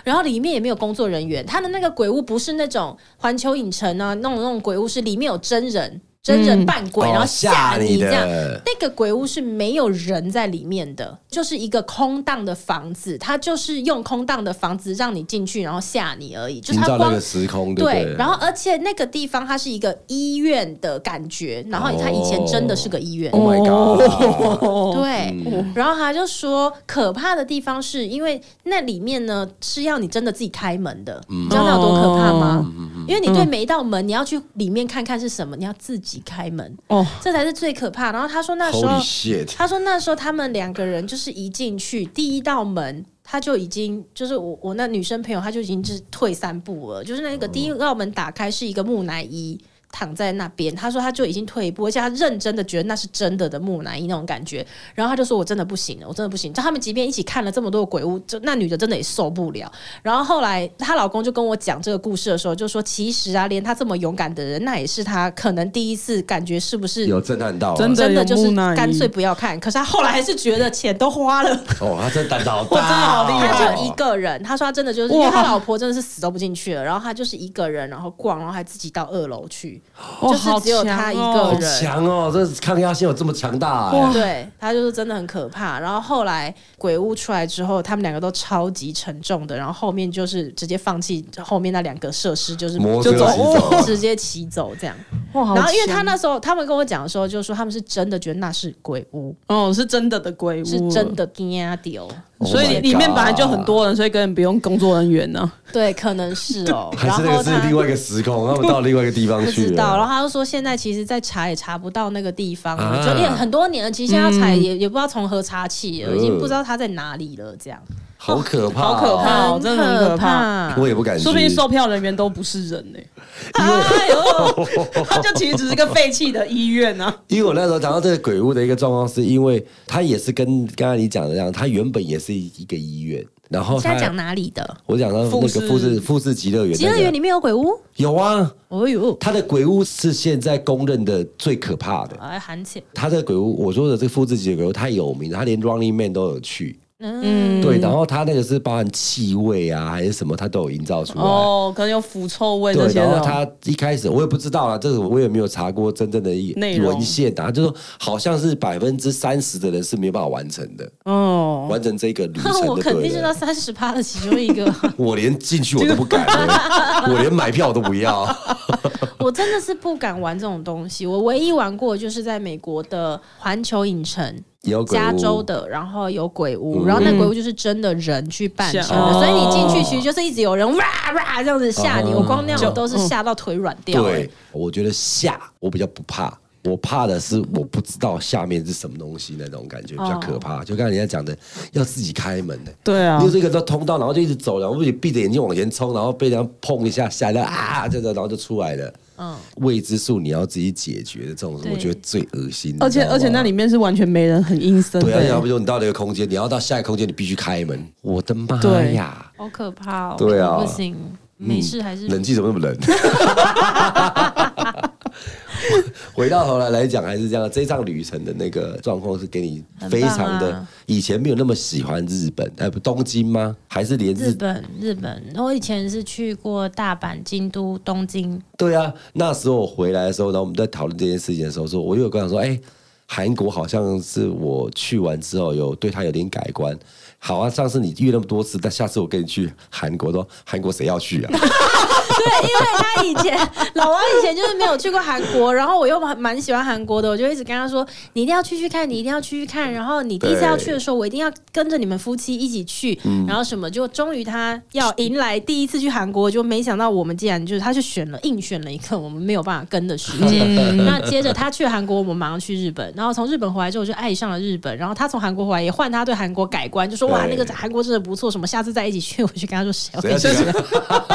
然后里面也没有工作人员，他的那个鬼屋不是那种环球影城啊，那种那种鬼屋是里面有真人。真人扮鬼，然后
哦吓
吓
你
你这样，
的，
那个鬼屋是没有人在里面的，就是一个空荡的房子，它就是用空荡的房子让你进去，然后吓你而已，就是
营
它
造那
光
个。时空，对不
对
对，？
然后而且那个地方它是一个医院的感觉，然后它以前真的是个医院，
Oh my god！
哦，
对。然后他就说，可怕的地方是因为那里面呢是要你真的自己开门的，你知道那有多可怕吗？因为你对每一道门，你要去里面看看是什么，你要自己开门，
哦，
这才是最可怕。然后他说那时候
Holy shit！
他说那时候他们两个人就是一进去第一道门，他就已经就是我我那女生朋友，她就已经是退三步了，就是那个第一道门打开是一个木乃伊。躺在那边，他说他就已经退一步，而且他认真的觉得那是真的的木乃伊那种感觉，然后他就说我真的不行了，我真的不行。他们即便一起看了这么多鬼屋，就那女的真的也受不了。然后后来她老公就跟我讲这个故事的时候，就说其实啊，连她这么勇敢的人，那也是她可能第一次感觉是不是
有震撼到啊，
真的
真的就
有
是
木乃伊
干脆不要看。可是她后来还是觉得 钱都花了。
哦，他真的胆 子好大哦，
我真的好厉害
他就一个人，他说他真的就是，因为他老婆真的是死都不进去了，然后他就是一个人，然后逛，然后还自己到二楼去，
哦
就是只有他一个
好
人。
强哦，这抗压性有这么强大哎、
对他就是真的很可怕。然后后来鬼屋出来之后，他们两个都超级沉重的，然后后面就是直接放弃后面那两个设施，就是
摩
就
托车
走
骑走
直接骑走这样。
哇，好
然后因为他
强
那时候他们跟我讲的时候，就说他们是真的觉得那是鬼屋，
哦是真的的鬼屋，
是真。的惊丢。
Oh
所以
my
里面本来就很
God
多人，所以根本不用工作人员啊呢、
对，可能是哦。
欸还
然
是那
后
个是
他
另外一个啊时空，他们到另外一个地 方
不
去
知道，然
了。
后他就说现在其实再查也查不到那个地方了，
啊嗯
就也很多年了，其实现在要查也、也不知道从何查起了，已经
呃
不知道他在哪里了，这样
好可怕、
好可怕哦真的很可怕
很可
我也不敢去。
说不定售票人员都不是人呢、哎 呦，他就其实只是个废弃的医院啊。
因为我那时候讲到这个鬼屋的一个状况，是因为它也是跟刚才你讲的那样，它原本也是一个医院，然后
现在
它
讲哪里的？
我讲到那
富
个
士
富士富士极乐园那个，
极乐园里面有鬼屋？
有啊，
哦呦，
它的鬼屋是现在公认的最可怕的。
哎，韩姐，
它这个鬼屋，我说的这个复制级的鬼屋太有名了，它连 Running Man 都有去。
嗯，
对，然后它那个是包含气味啊，还是什么，它都有营造出来。
哦，可能有腐臭味这
对，
些
然
的
后
哦。
他一开始我也不知道啦，这个我也没有查过真正的一
内容
文献啊，就说好像是百分之三十的人是没有办法完成的，
哦，
完成这个旅 程
我
就
肯
对
定是那
了。
三十趴的其中一个，
我连进去我都不敢了， 我连买票我都不要。
我真的是不敢玩这种东西。我唯一玩过就是在美国的环球影城，
也有鬼
加州
屋，嗯
的，然后有鬼屋，然后那鬼屋就是真的人去扮成的，
嗯
所以你进去其实就是一直有人哇哇这样子吓你，
哦
我光那样我都是吓到腿软掉、欸
对，我觉得吓我比较不怕。我怕的是我不知道下面是什么东西那种感觉比较可怕，就刚才人家讲的，要自己开门的、
哦对啊
你，就是一个在通道，然后就一直走，然后自己闭着眼睛往前冲，然后被人家碰一下，吓一跳啊，这个，然后就出来了。
嗯，
未知数你要自己解决的这种，
对
我觉得最恶心。
而且
你知道吗
而且那里面是完全没人，很阴森
对啊，要
的
不。就你到那个空间，你要到下一个空间，你必须开门。我的妈
对
呀！
好可怕哦、
对啊
我不行，没事还是、
嗯冷气怎么那 么冷？回到头来来讲，还是这样。这趟旅程的那个状况是给你非常
很
的，
棒啊
以前没有那么喜欢日本，哎，不东京吗？还是连
日
日
本日本。我以前是去过大阪、京都、东京，
对啊，那时候我回来的时候，然后我们在讨论这件事情的时候，说我有跟他说，哎、韩国好像是我去完之后有对他有点改观。好啊，上次你约那么多次，但下次我跟你去韩国，说韩国谁要 去啊？
对，因为他以前老王以前就是没有去过韩国，然后我又蛮蛮喜欢韩国的，我就一直跟他说，你一定要去去看，你一定要去去看。然后你第一次
对
要去的时候，我一定要跟着你们夫妻一起去，
嗯
然后什么，就终于他要迎来第一次去韩国，就没想到我们竟然就是他去选了硬选了一个我们没有办法跟的时间。那接着他去韩国，我们马上去日本，然后从日本回来之后我就爱上了日本，然后他从韩国回来也换他对韩国改观，就说哇那
对
个韩国真的不错，什么下次再一起去，我就跟他说谁要
谁要
跟
去
你去
韩国？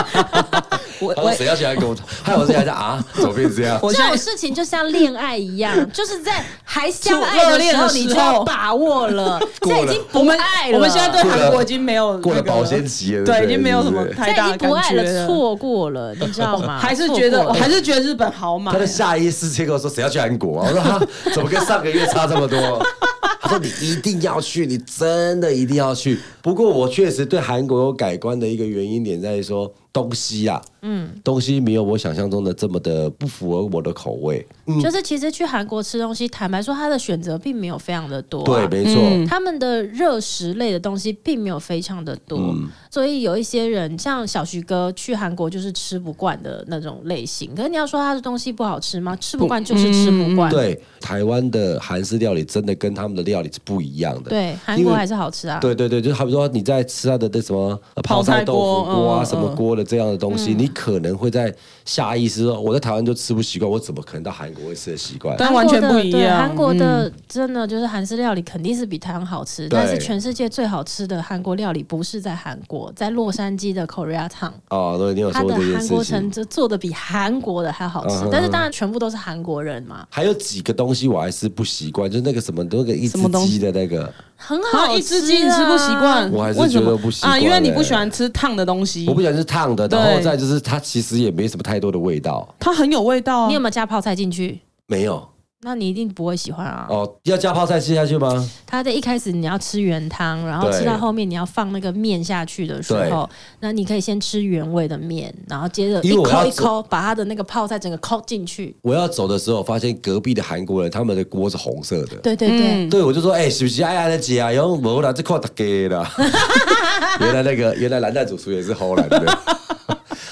我
他说
我
谁要去韩国？ 害我现在在啊，怎么变这样？
我
这
现
种
在
事情就像恋爱一 样，就是在还相爱的时候，你就要把握 了。
过
现
了
在已经
我
不
们
爱了，
我们现在对
过了
韩国已经没有
过了
那个
保鲜期了对
对，
不
已
对
经没有什么
是不是
太
现
大
在已
的
经不
感
爱
觉
了，错过 了，你知道吗？
还是觉得
错过
我
了
还是觉得日本好买
他。的下一次结果说谁要去韩国、 啊？我说哈，怎么跟上个月差这么多？ 他说你一定要去，你真的一定要去。不过我确实对韩国有改观的一个原因点在于说东西啊，嗯，东西没有我想象中的这么的不符合我的口味。
嗯
就是其实去韩国吃东西，坦白说，他的选择并没有非常的多、
对，
啊。
没错，
嗯
他们的热食类的东西并没有非常的多，
嗯
所以有一些人像小徐哥去韩国就是吃不惯的那种类型。可是你要说他的东西不好吃吗？吃不惯就是吃不
嗯
惯，
对，台湾的韩式料理真的跟他们的料理是不一样的。
对，韩
因
国
为
还是好吃啊。
对对对，就是好比说你在吃它的那什么呃泡
泡菜
菜豆腐
锅
锅啊，
嗯
什么锅的这样的东西，你可能会在下意识说，我在台湾就吃不习惯，我怎么可能到韩国会吃的习惯？
但完全不一样
韩国的对韩国的真的就是韩式料理肯定是比台湾好吃，但是全世界最好吃的韩国料理不是在韩国，在洛杉矶的 Korea Town。
哦，对，你有
它
说过
的
这件
韩国
事
城
情。嗯
就做的比韩国的还好吃，但是当然全部都是韩国人嘛，
还有几个东西我还是不习惯，就是那个什么那个一只
什么东
鸡
西
的那个，
很好吃、
啊，
啊。
一只鸡你吃不习惯，
我还是
为什
觉
么
得不习惯
啊，因为你不
欸
喜欢吃烫的东西
我，不喜欢吃烫的，然后
对
再就是它其实也没什么太多的味道，
它很有味道啊
你有。没有加泡菜进去？
没有
那你一定不会喜欢啊！
嗯
哦，要加泡菜吃下去吗？
它的一开始你要吃原汤，然后
对
吃到后面你要放那个面下去的时候，那你可以先吃原味的面，然后接着
因
一
为我要
抠一抠，把它的那个泡菜整个抠进去。
我要走的时候发现隔壁的韩国人他们的锅是红色的，
对对对，
对我就说哎、是不是爱爱的姐啊？然后我啦，这块大给啦。原来那个原来蓝带主厨也是荷兰的，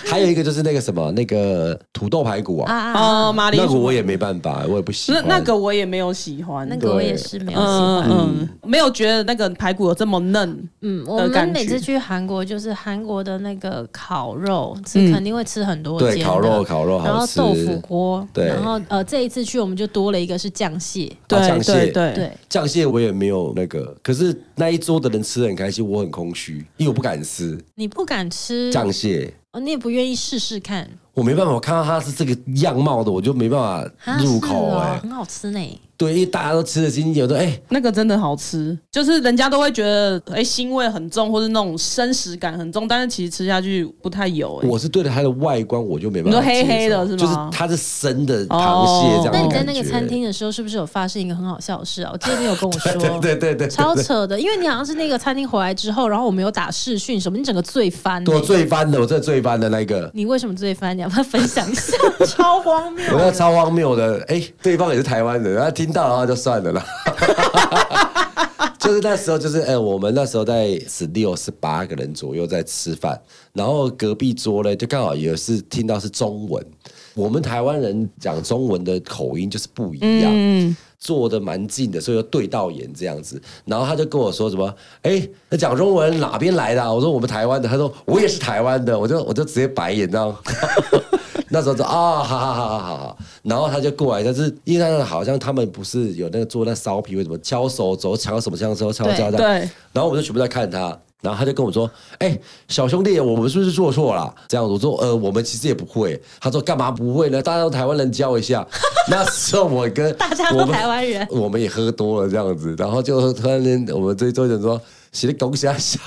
还有一个就是那个什么那个土豆排骨啊，
啊啊，啊
哦，马铃
那个
薯
我也没办法，我也不喜
那
欢。
那个我也没有喜欢，
那个我
对
也是没有喜欢。
嗯嗯，没有觉得那个排骨有这么嫩，
嗯，我
的
们
感
每
觉
次去韩国，就是韩国的那个烤肉，吃
嗯
肯定会吃很多间
对
的
烤肉烤肉
然
好
后
吃，
豆腐锅，
对
然后呃，这一次去我们就多了一个是酱蟹，
啊
对
酱蟹
对对，
对，
酱蟹我也没有那个，可是那一桌的人吃的很开心，我很空虚，因为我不敢吃
你不敢吃，
酱蟹。
哦你也不愿意试试看，
我没办法，我看到它是这个样貌的，我就没办
啊
法入口
是
哎、
哦很好吃呢。
对，因为大家都吃的津津有味，哎、
那个真的好吃，就是人家都会觉得哎腥味很重，或是那种生食感很重，但是其实吃下去不太油哎。
我是对着它的外观我就没办
你
法
说
接受。
黑黑的是吗哦
就是它是生的螃蟹这样的感觉。
那你在那个餐？厅的时候，是不是有发生一个很好笑的事啊？我记得你有跟我说，
对对对对，
超扯的，因为你好像是那个餐厅回来之后，然后我们有打视讯什么，你整个醉翻、
对我
欸。
最翻的，我这最翻的那个，
你为什么醉翻？你要不要分享一 下？超荒谬
我那超荒谬的。哎、对方也是台湾人，他听到的话就算了啦。 就是那时候，就是哎、我们那时候在十六、十八个人左右在吃饭，然后隔壁桌呢，就刚好也是听到是中文。我们台湾人讲中文的口音就是不一样，
嗯
坐的蛮近的，所以要对到眼这样子。然后他就跟我说什么：“哎、那讲中文哪边来的啊、我说：“我们台湾的。”他说：“我也是台湾的。”我就我就直接白眼这样。 那时候就啊，好好好好好好，然后他就过来，但是因为他好像他们不是有那个做那烧皮，为什么敲手肘、敲什么像手、敲敲
对
的，
对
然后我们就全部在看他，然后他就跟我说：“哎、小兄弟，我们是不是做错了、这样我说：“呃，我们其实也不会。”他说：“干嘛不会呢？大家都台湾人教一下。” 那时候我跟
大家都
我们
台湾人
我们也喝多了这样子，然后就突然间我们这周人说：“写的东西啊，笑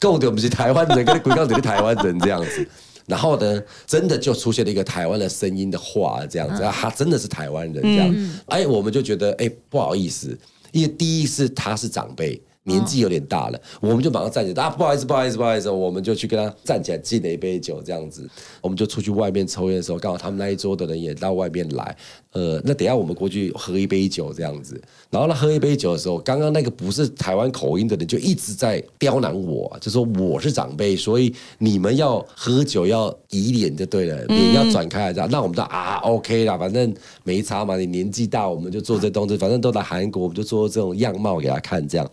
够的，我们是台湾人，跟鬼刚子是台湾人这样子。”然后呢，真的就出现了一个台湾的声音的话，这
嗯
样子，啊他真的是台湾人这样。哎，我们就觉得哎不好意思，因为第一是他是长辈。年纪有点大了，我们就马上站起来啊，不好意思，不好意思，不好意思，我们就去跟他站起来敬了一杯酒，这样子，我们就出去外面抽烟的时候，刚好他们那一桌的人也到外面来，呃，那等一下我们过去喝一杯酒这样子，然后他喝一杯酒的时候，刚刚那个不是台湾口音的人就一直在刁难我，就说我是长辈，所以你们要喝酒要以脸就对了，脸要转开来这样。那我们就啊 OK 啦，反正没差嘛，你年纪大，我们就做这东西，反正都来韩国，我们就做这种样貌给他看这样。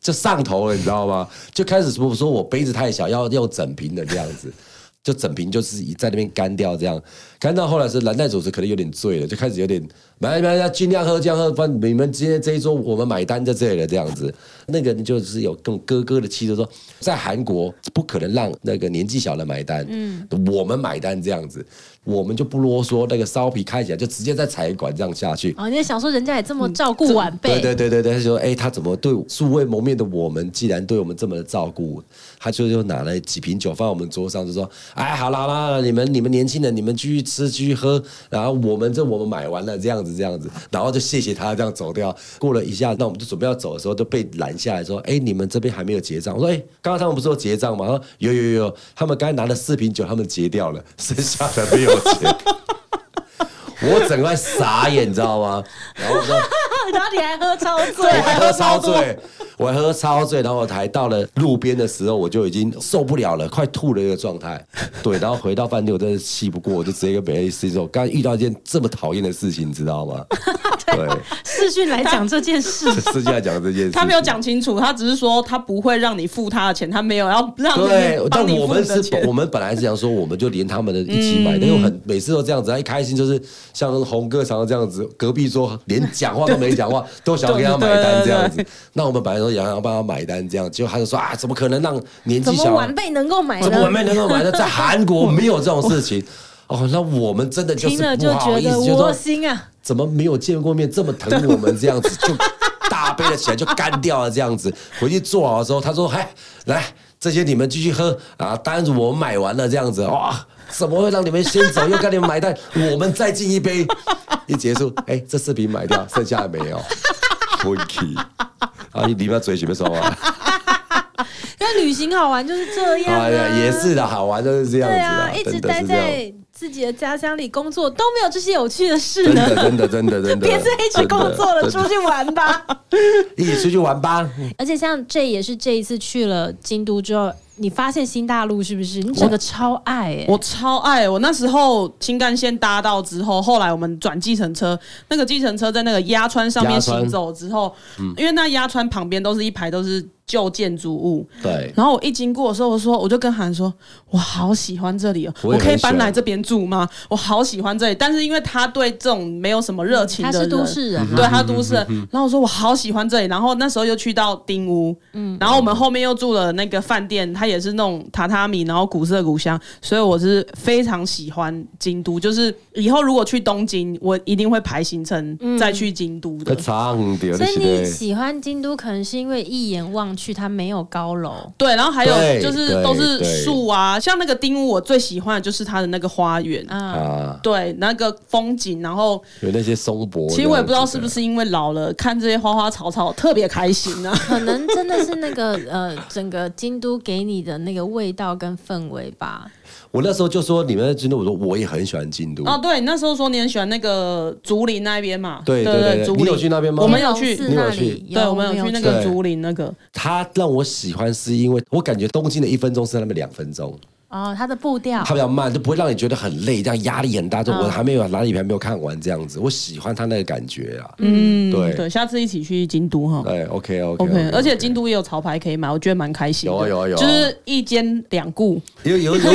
就上头了，你知道吗？就开始说说我杯子太小，要用整瓶的这样子，就整瓶就是在那边干掉这样，干到后来是蓝带主持可能有点醉了，就开始有点买买要尽量喝，尽量喝，反正你们今天这一桌我们买单在这里了这样子。那个人就是有更哥哥的气质说，在韩国不可能让那个年纪小的买单，嗯，我们买单这样子，我们就不啰嗦，那个烧皮开起来就直接在茶馆这样下去，
哦，你在想说人家也这么照顾晚辈，
嗯对对对对对，他就说，哎、他怎么对素未谋面的我们，既然对我们这么的照顾，他就又拿了几瓶酒放在我们桌上，就说，哎，好啦好啦，你们你们年轻人，你们继续吃继续喝，然后我们这我们买完了这样子这样子，然后就谢谢他这样走掉。过了一下，那我们就准备要走的时候，就被拦下来说，哎、你们这边还没有结账。我说，哎、刚刚他们不是有结账吗？他说有有有有，他们刚才拿了四瓶酒，他们结掉了，剩下的没有结。我整个傻眼，你知道吗？然后我说。
然后你哦还喝超醉，
我还喝超醉，我还喝超醉，然后我还到了路边的时候，我就已经受不了了，快吐的一个状态。对，然后回到 饭店，我真的气不过，我就直接跟美丽斯说，刚刚遇到一件这么讨厌的事情，你知道吗？对，
视讯来讲这件 事，
私下讲这件事，
他没有。讲清楚，他只是说他不会让你付他的钱，他没有要让
对
你，
但
帮你
我
付
们
你的
是
钱嗯
本，我。们本来是想说，我们就连他们的一起买，但又很每次都这样子，他一开心就是像红哥常常这样子，隔壁桌连讲话都没讲话，都想要给他买单这样
对
子。那我们本来说想要帮他买单这样，结果他就说啊，怎么可能让年纪
怎么
小啊
晚辈能够买
怎么
呢
我？们能够买到？在韩国没有这种事情。哦，那我们真的就是
听了
不
就
好
觉
意思，
得
就是
窝
说
心啊！
怎么没有见过面，这么疼我们这样子，就大杯了起来，就干掉了这样子。回去做好的时候，他说：“嗨，来，这些你们继续喝啊，单子我买完了这样子，哇，怎么会让你们先走，又给你们买单？我们再敬一杯。” 一结束，哎、这视频买掉，剩下的没有。Funky，啊，你你们嘴前面说话，
因为旅行好玩就是这样啊，
哎呀，也是的，好玩就是这样子
对
啦
啊，一直
真的
待
是这样。
在自己的家乡里工作都没有这些有趣的事
真
呢
的，。真的，真的，真的，
别在一起工作了，
真的
出去玩吧。
一起出去玩吧。
而且像这也是这一次去了京都之后，你发现新大陆是不是？你整个超爱哎、
我超爱，我那时候新干线搭到之后，后来我们转计程车，那个计程车在那个鸭川上面
鸭川
行走之后，
嗯
因为那鸭川旁边都是一排都是旧建筑物，
对，
然后我一经过的时候，我说我就跟韩说，我好喜欢这里哦，
我
我
也
可以
很喜欢
搬来这边住吗？我好喜欢这里，但是因为他对这种没有什么热情
嗯他
的
是
人，
都市
嗯
人
对
嘛，
他都市人。然后我说我好喜欢这里，然后那时候又去到丁屋，嗯，然后我们后面又住了那个饭店，它也是那种榻榻米，然后古色古香，所以我是非常喜欢京都。就是以后如果去东京，我一定会排行程再去京都的。
在唱掉
所
的
以
是
你
嘞。
喜欢京都，可能是因为一眼望去它没有高 楼，
对，然后还有
对
就是
对
都是
对
树啊，像那个丁屋，我最喜欢的就是它的那个花园，
嗯，
啊，
对，那个风景。然后
有那些松柏。
其实我也不知道是不
是。
是因为老了，看这些花花草草特别开心啊。
可能真的是那个呃，整个京都给你的那个味道跟氛围吧。
我那时候就说你们在京都，我说我也很喜欢京都。
哦，对，你那时候说你很喜欢那个竹林那边嘛？
对
对
对对对
竹
你
林
有去那边吗
我们有
有
去，
你有
那
去
里，
对，我们有去那个
对
竹林那个。
它让我喜欢是因为我感觉东京的一分钟是那边两分钟，
哦，它的步调
它比较慢，就不会让你觉得很累，这样压力很大。就我还没有哪里还没有看完这样子，我喜欢它那个感觉啊。
嗯，
对
对，下次一起去京都哈。
对，OK OK
OK，而且京都也有潮牌可以买，我觉得蛮开心的。
有啊有有
就是一间两顾，
有有有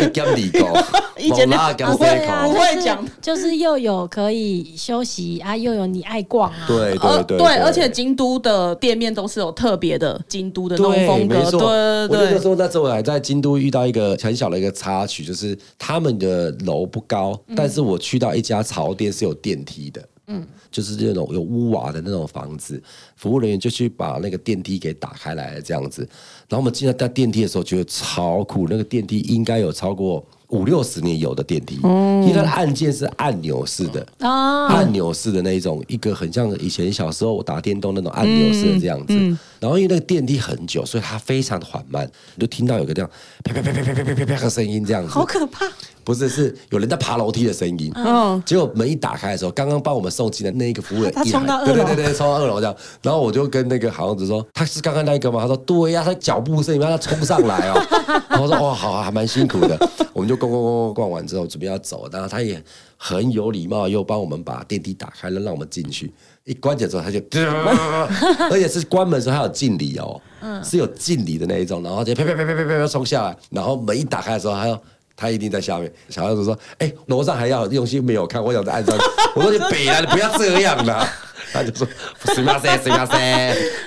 一间里狗，
一间两
某辣
啊
跟
对啊，
塞口
不会讲
就是，就是又有可以休息啊，又有你爱逛啊，
对
呃
对
对
对
而且京都的店面都是有特别的京都的那种
对，
风
没
格。
错，
对
我那
对
时
对，
候那时候我还在京都遇到一个很小的一个插曲，就是他们的楼不高，但是我去到一家潮店是有电梯的。嗯，就是那种有屋瓦的那种房子，服务人员就去把那个电梯给打开来了这样子。然后我们进到电梯的时候，觉得超酷，那个电梯应该有超过五六十年有的电梯，
嗯
因为它的按键是按钮式的，
啊，
按钮式的那一种，一个很像以前小时候我打电动那种按钮式的这样子。然后因为那个电梯很久，所以它非常的缓慢，你就听到有个这样啪啪啪啪啪啪啪啪啪的声音这样子
好。可怕。
不是，是有人在爬楼梯的声音。
嗯，
结果门一打开的时候，刚刚帮我们送进的那一个服务员
他
一喊
冲到二
对对
楼
对对，冲到二楼这样。然后我就跟那个行子说：“他是刚刚那个吗？”他说：“对呀、他脚步声，你让他冲上来 哦。”然后我说：“哦，好、啊，还蛮辛苦的。”我们就逛逛逛逛逛完之后，准备要走，然后他也很有礼貌，又帮我们把电梯打开了，让我们进去。一关起来之后，他就， 而且是关门的时候还有敬礼哦，是有敬礼的那一种，然后就啪啪啪啪啪啪啪冲下来，然后门一打开的时候，还有他一定在下面。小孩子说：“哎、楼上还要用心没有看，我想在岸上。” 我说：“你北啊，你不要这样啦。” 他就说：“行吧噻，行吧噻。”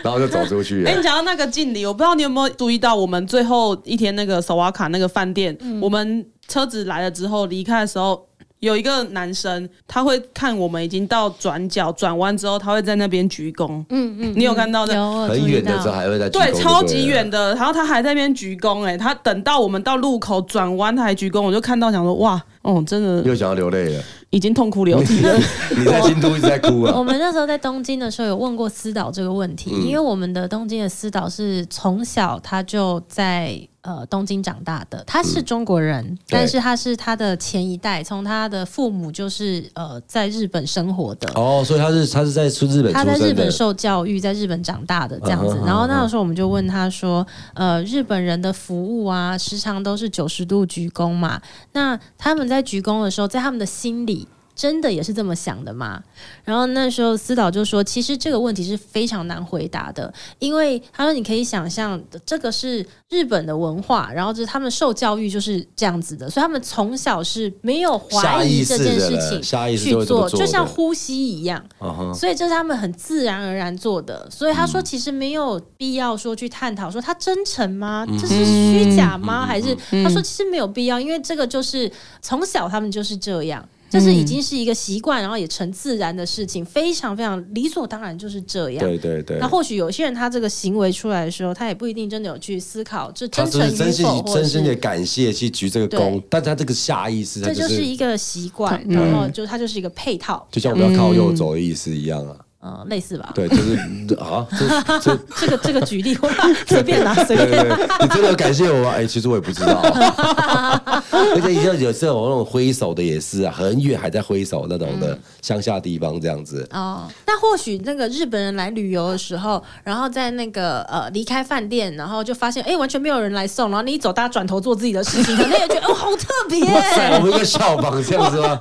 然后就走出去
哎、
了
你。讲到那个敬礼，我不知道你有没有注意到，我们最后一天那个索瓦卡那个饭店，我们车子来了之后离开的时候，有一个男生他会看我们已经到转角转弯之后，他会在那边鞠躬。
嗯嗯，
你有看到的
有我
很
注意
远的
到
时候还会在鞠躬
对，
就
超级
了
远的，然后他还在那边鞠躬、哎，他等到我们到路口转弯，他还鞠躬，我就看到想说，哇，哦，真的
又想要流泪了。
已经痛哭流涕了。
你在京都一直在哭啊
我？们那时候在东京的时候有问过司导这个问题，因为我们的东京的司导是从小他就在呃东京长大的，他是中国人，但是他是他的前一代，从他的父母就是呃在日本生活的。
哦，所以他是他是在日本
他
出
在日
生的
本。受教育，在日本长大的这样子
嗯哼。
然后那个时候我们就问他说：“呃，日本人的服务啊，时常都是九十度鞠躬嘛。那他们在鞠躬的时候，在他们的心里，真的也是这么想的吗？然后那时候思导就说，其实这个问题是非常难回答的，因为他说你可以想象，这个是日本的文化，然后就是他们受教育就是这样子的，所以他们从小是没有怀疑这件事情
下意识
去
就会这么
做，
做
就像
的
呼吸一样。
嗯哼，
所以这是他们很自然而然做的。所以他说，其实没有必要说去探讨说他真诚吗？
嗯
这是虚假吗？还是他说其实没有必要，因为这个就是从小他们就是这样。这是已经是一个习惯，然后也成自然的事情，非常非常理所当然就是这样。
对对对
那。或许有些人他这个行为出来的时候，他也不一定真的有去思考这
他
真诚
是不是真
与
心
否，或
真
者
心的
是
感谢去鞠这个
对
躬，但他这个下意识，他
这
就
就是
是
一个习惯，
嗯
然后就它就是一个配套，
就像我们要靠右走的意思一样啊。
嗯，类似吧。
对，就是 啊，这这
这个这个举例，我把随便 拿随
对
便
对对，你真的有感谢我吗？哎、其实我也不知道。而且像有时候有那种挥手的也是啊，很远还在挥手那种的乡下地方这样子。
哦，那或许那个日本人来旅游的时候，然后在那个呃离开饭店，然后就发现哎、诶完全没有人来送，然后你一走，大家转头做自己的事情，可能也觉得哦 好特别，
哇塞，我们一个效仿这样子吗？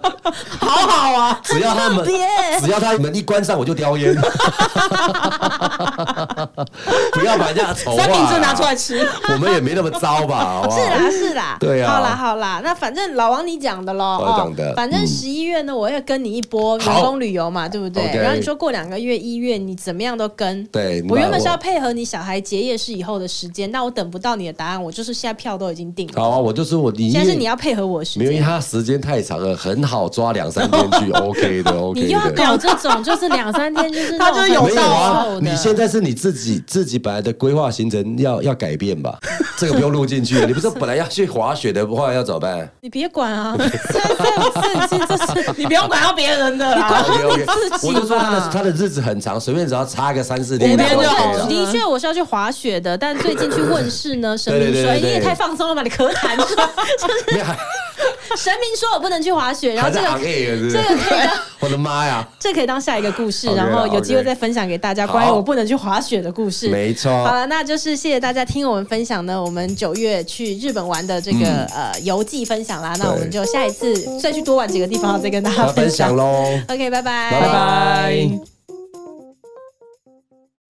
好好啊，
只要他
特
们
别。
只要他门一关上，我就叼烟。不要把人家的丑化、
三明治拿出，来吃，
我们也没那么糟吧？好不好
是啦，是啦，
对啊
好啦，好啦，那反正老王你讲的喽，
我
哦
讲的，
反正
嗯
十一月呢，我要跟你一波员
好
工旅游嘛，对不对？
OK
然后你说过两个月一月你怎么样都跟，
对
我原本是
那我
要配合你小孩结业是以后的时间，但我等不到你的答案，我就是现在票都已经定了，
好啊，我就是我，你
现在是你要配合我的时
没有，因为
间。
他时间太长了，很好抓两三天去，OK 的，OK 的。
你又要搞这种，就是两三天，就是
他就是有
没有
到
啊，你现在是你自己自己本来的规划行程要要改变吧， 这个不用录进去。你不是本来要去滑雪的话要怎么办
你别管 啊，这这这这这是
你不用管到别人的啦。
？OK OK，
啊自己吧
我就说他的他的日子很长，随便只要差个三四天
五天就
OK
好
了。
的确我是要去滑雪的，但最近去问世呢，神明
对对
说
对
哎你
对
也太放松了吧，你咳痰 说，
没有还
神明说我不能去滑雪，然后
还
这
在行
个
业，是不是
这个可以当
我的妈呀！
这可以当下一个故事，
OK 啦
然后有机会
OK
再分享给大家关于
好
我不能去滑雪的故事。
没错
好了，那就是谢谢大家听我们分享呢，我们九月去日本玩的这个、
嗯
呃游记分享啦。那我们就下一次再去多玩几个地方，再跟大
我
家
要分享
喽。
喽，
OK，拜拜，
拜拜。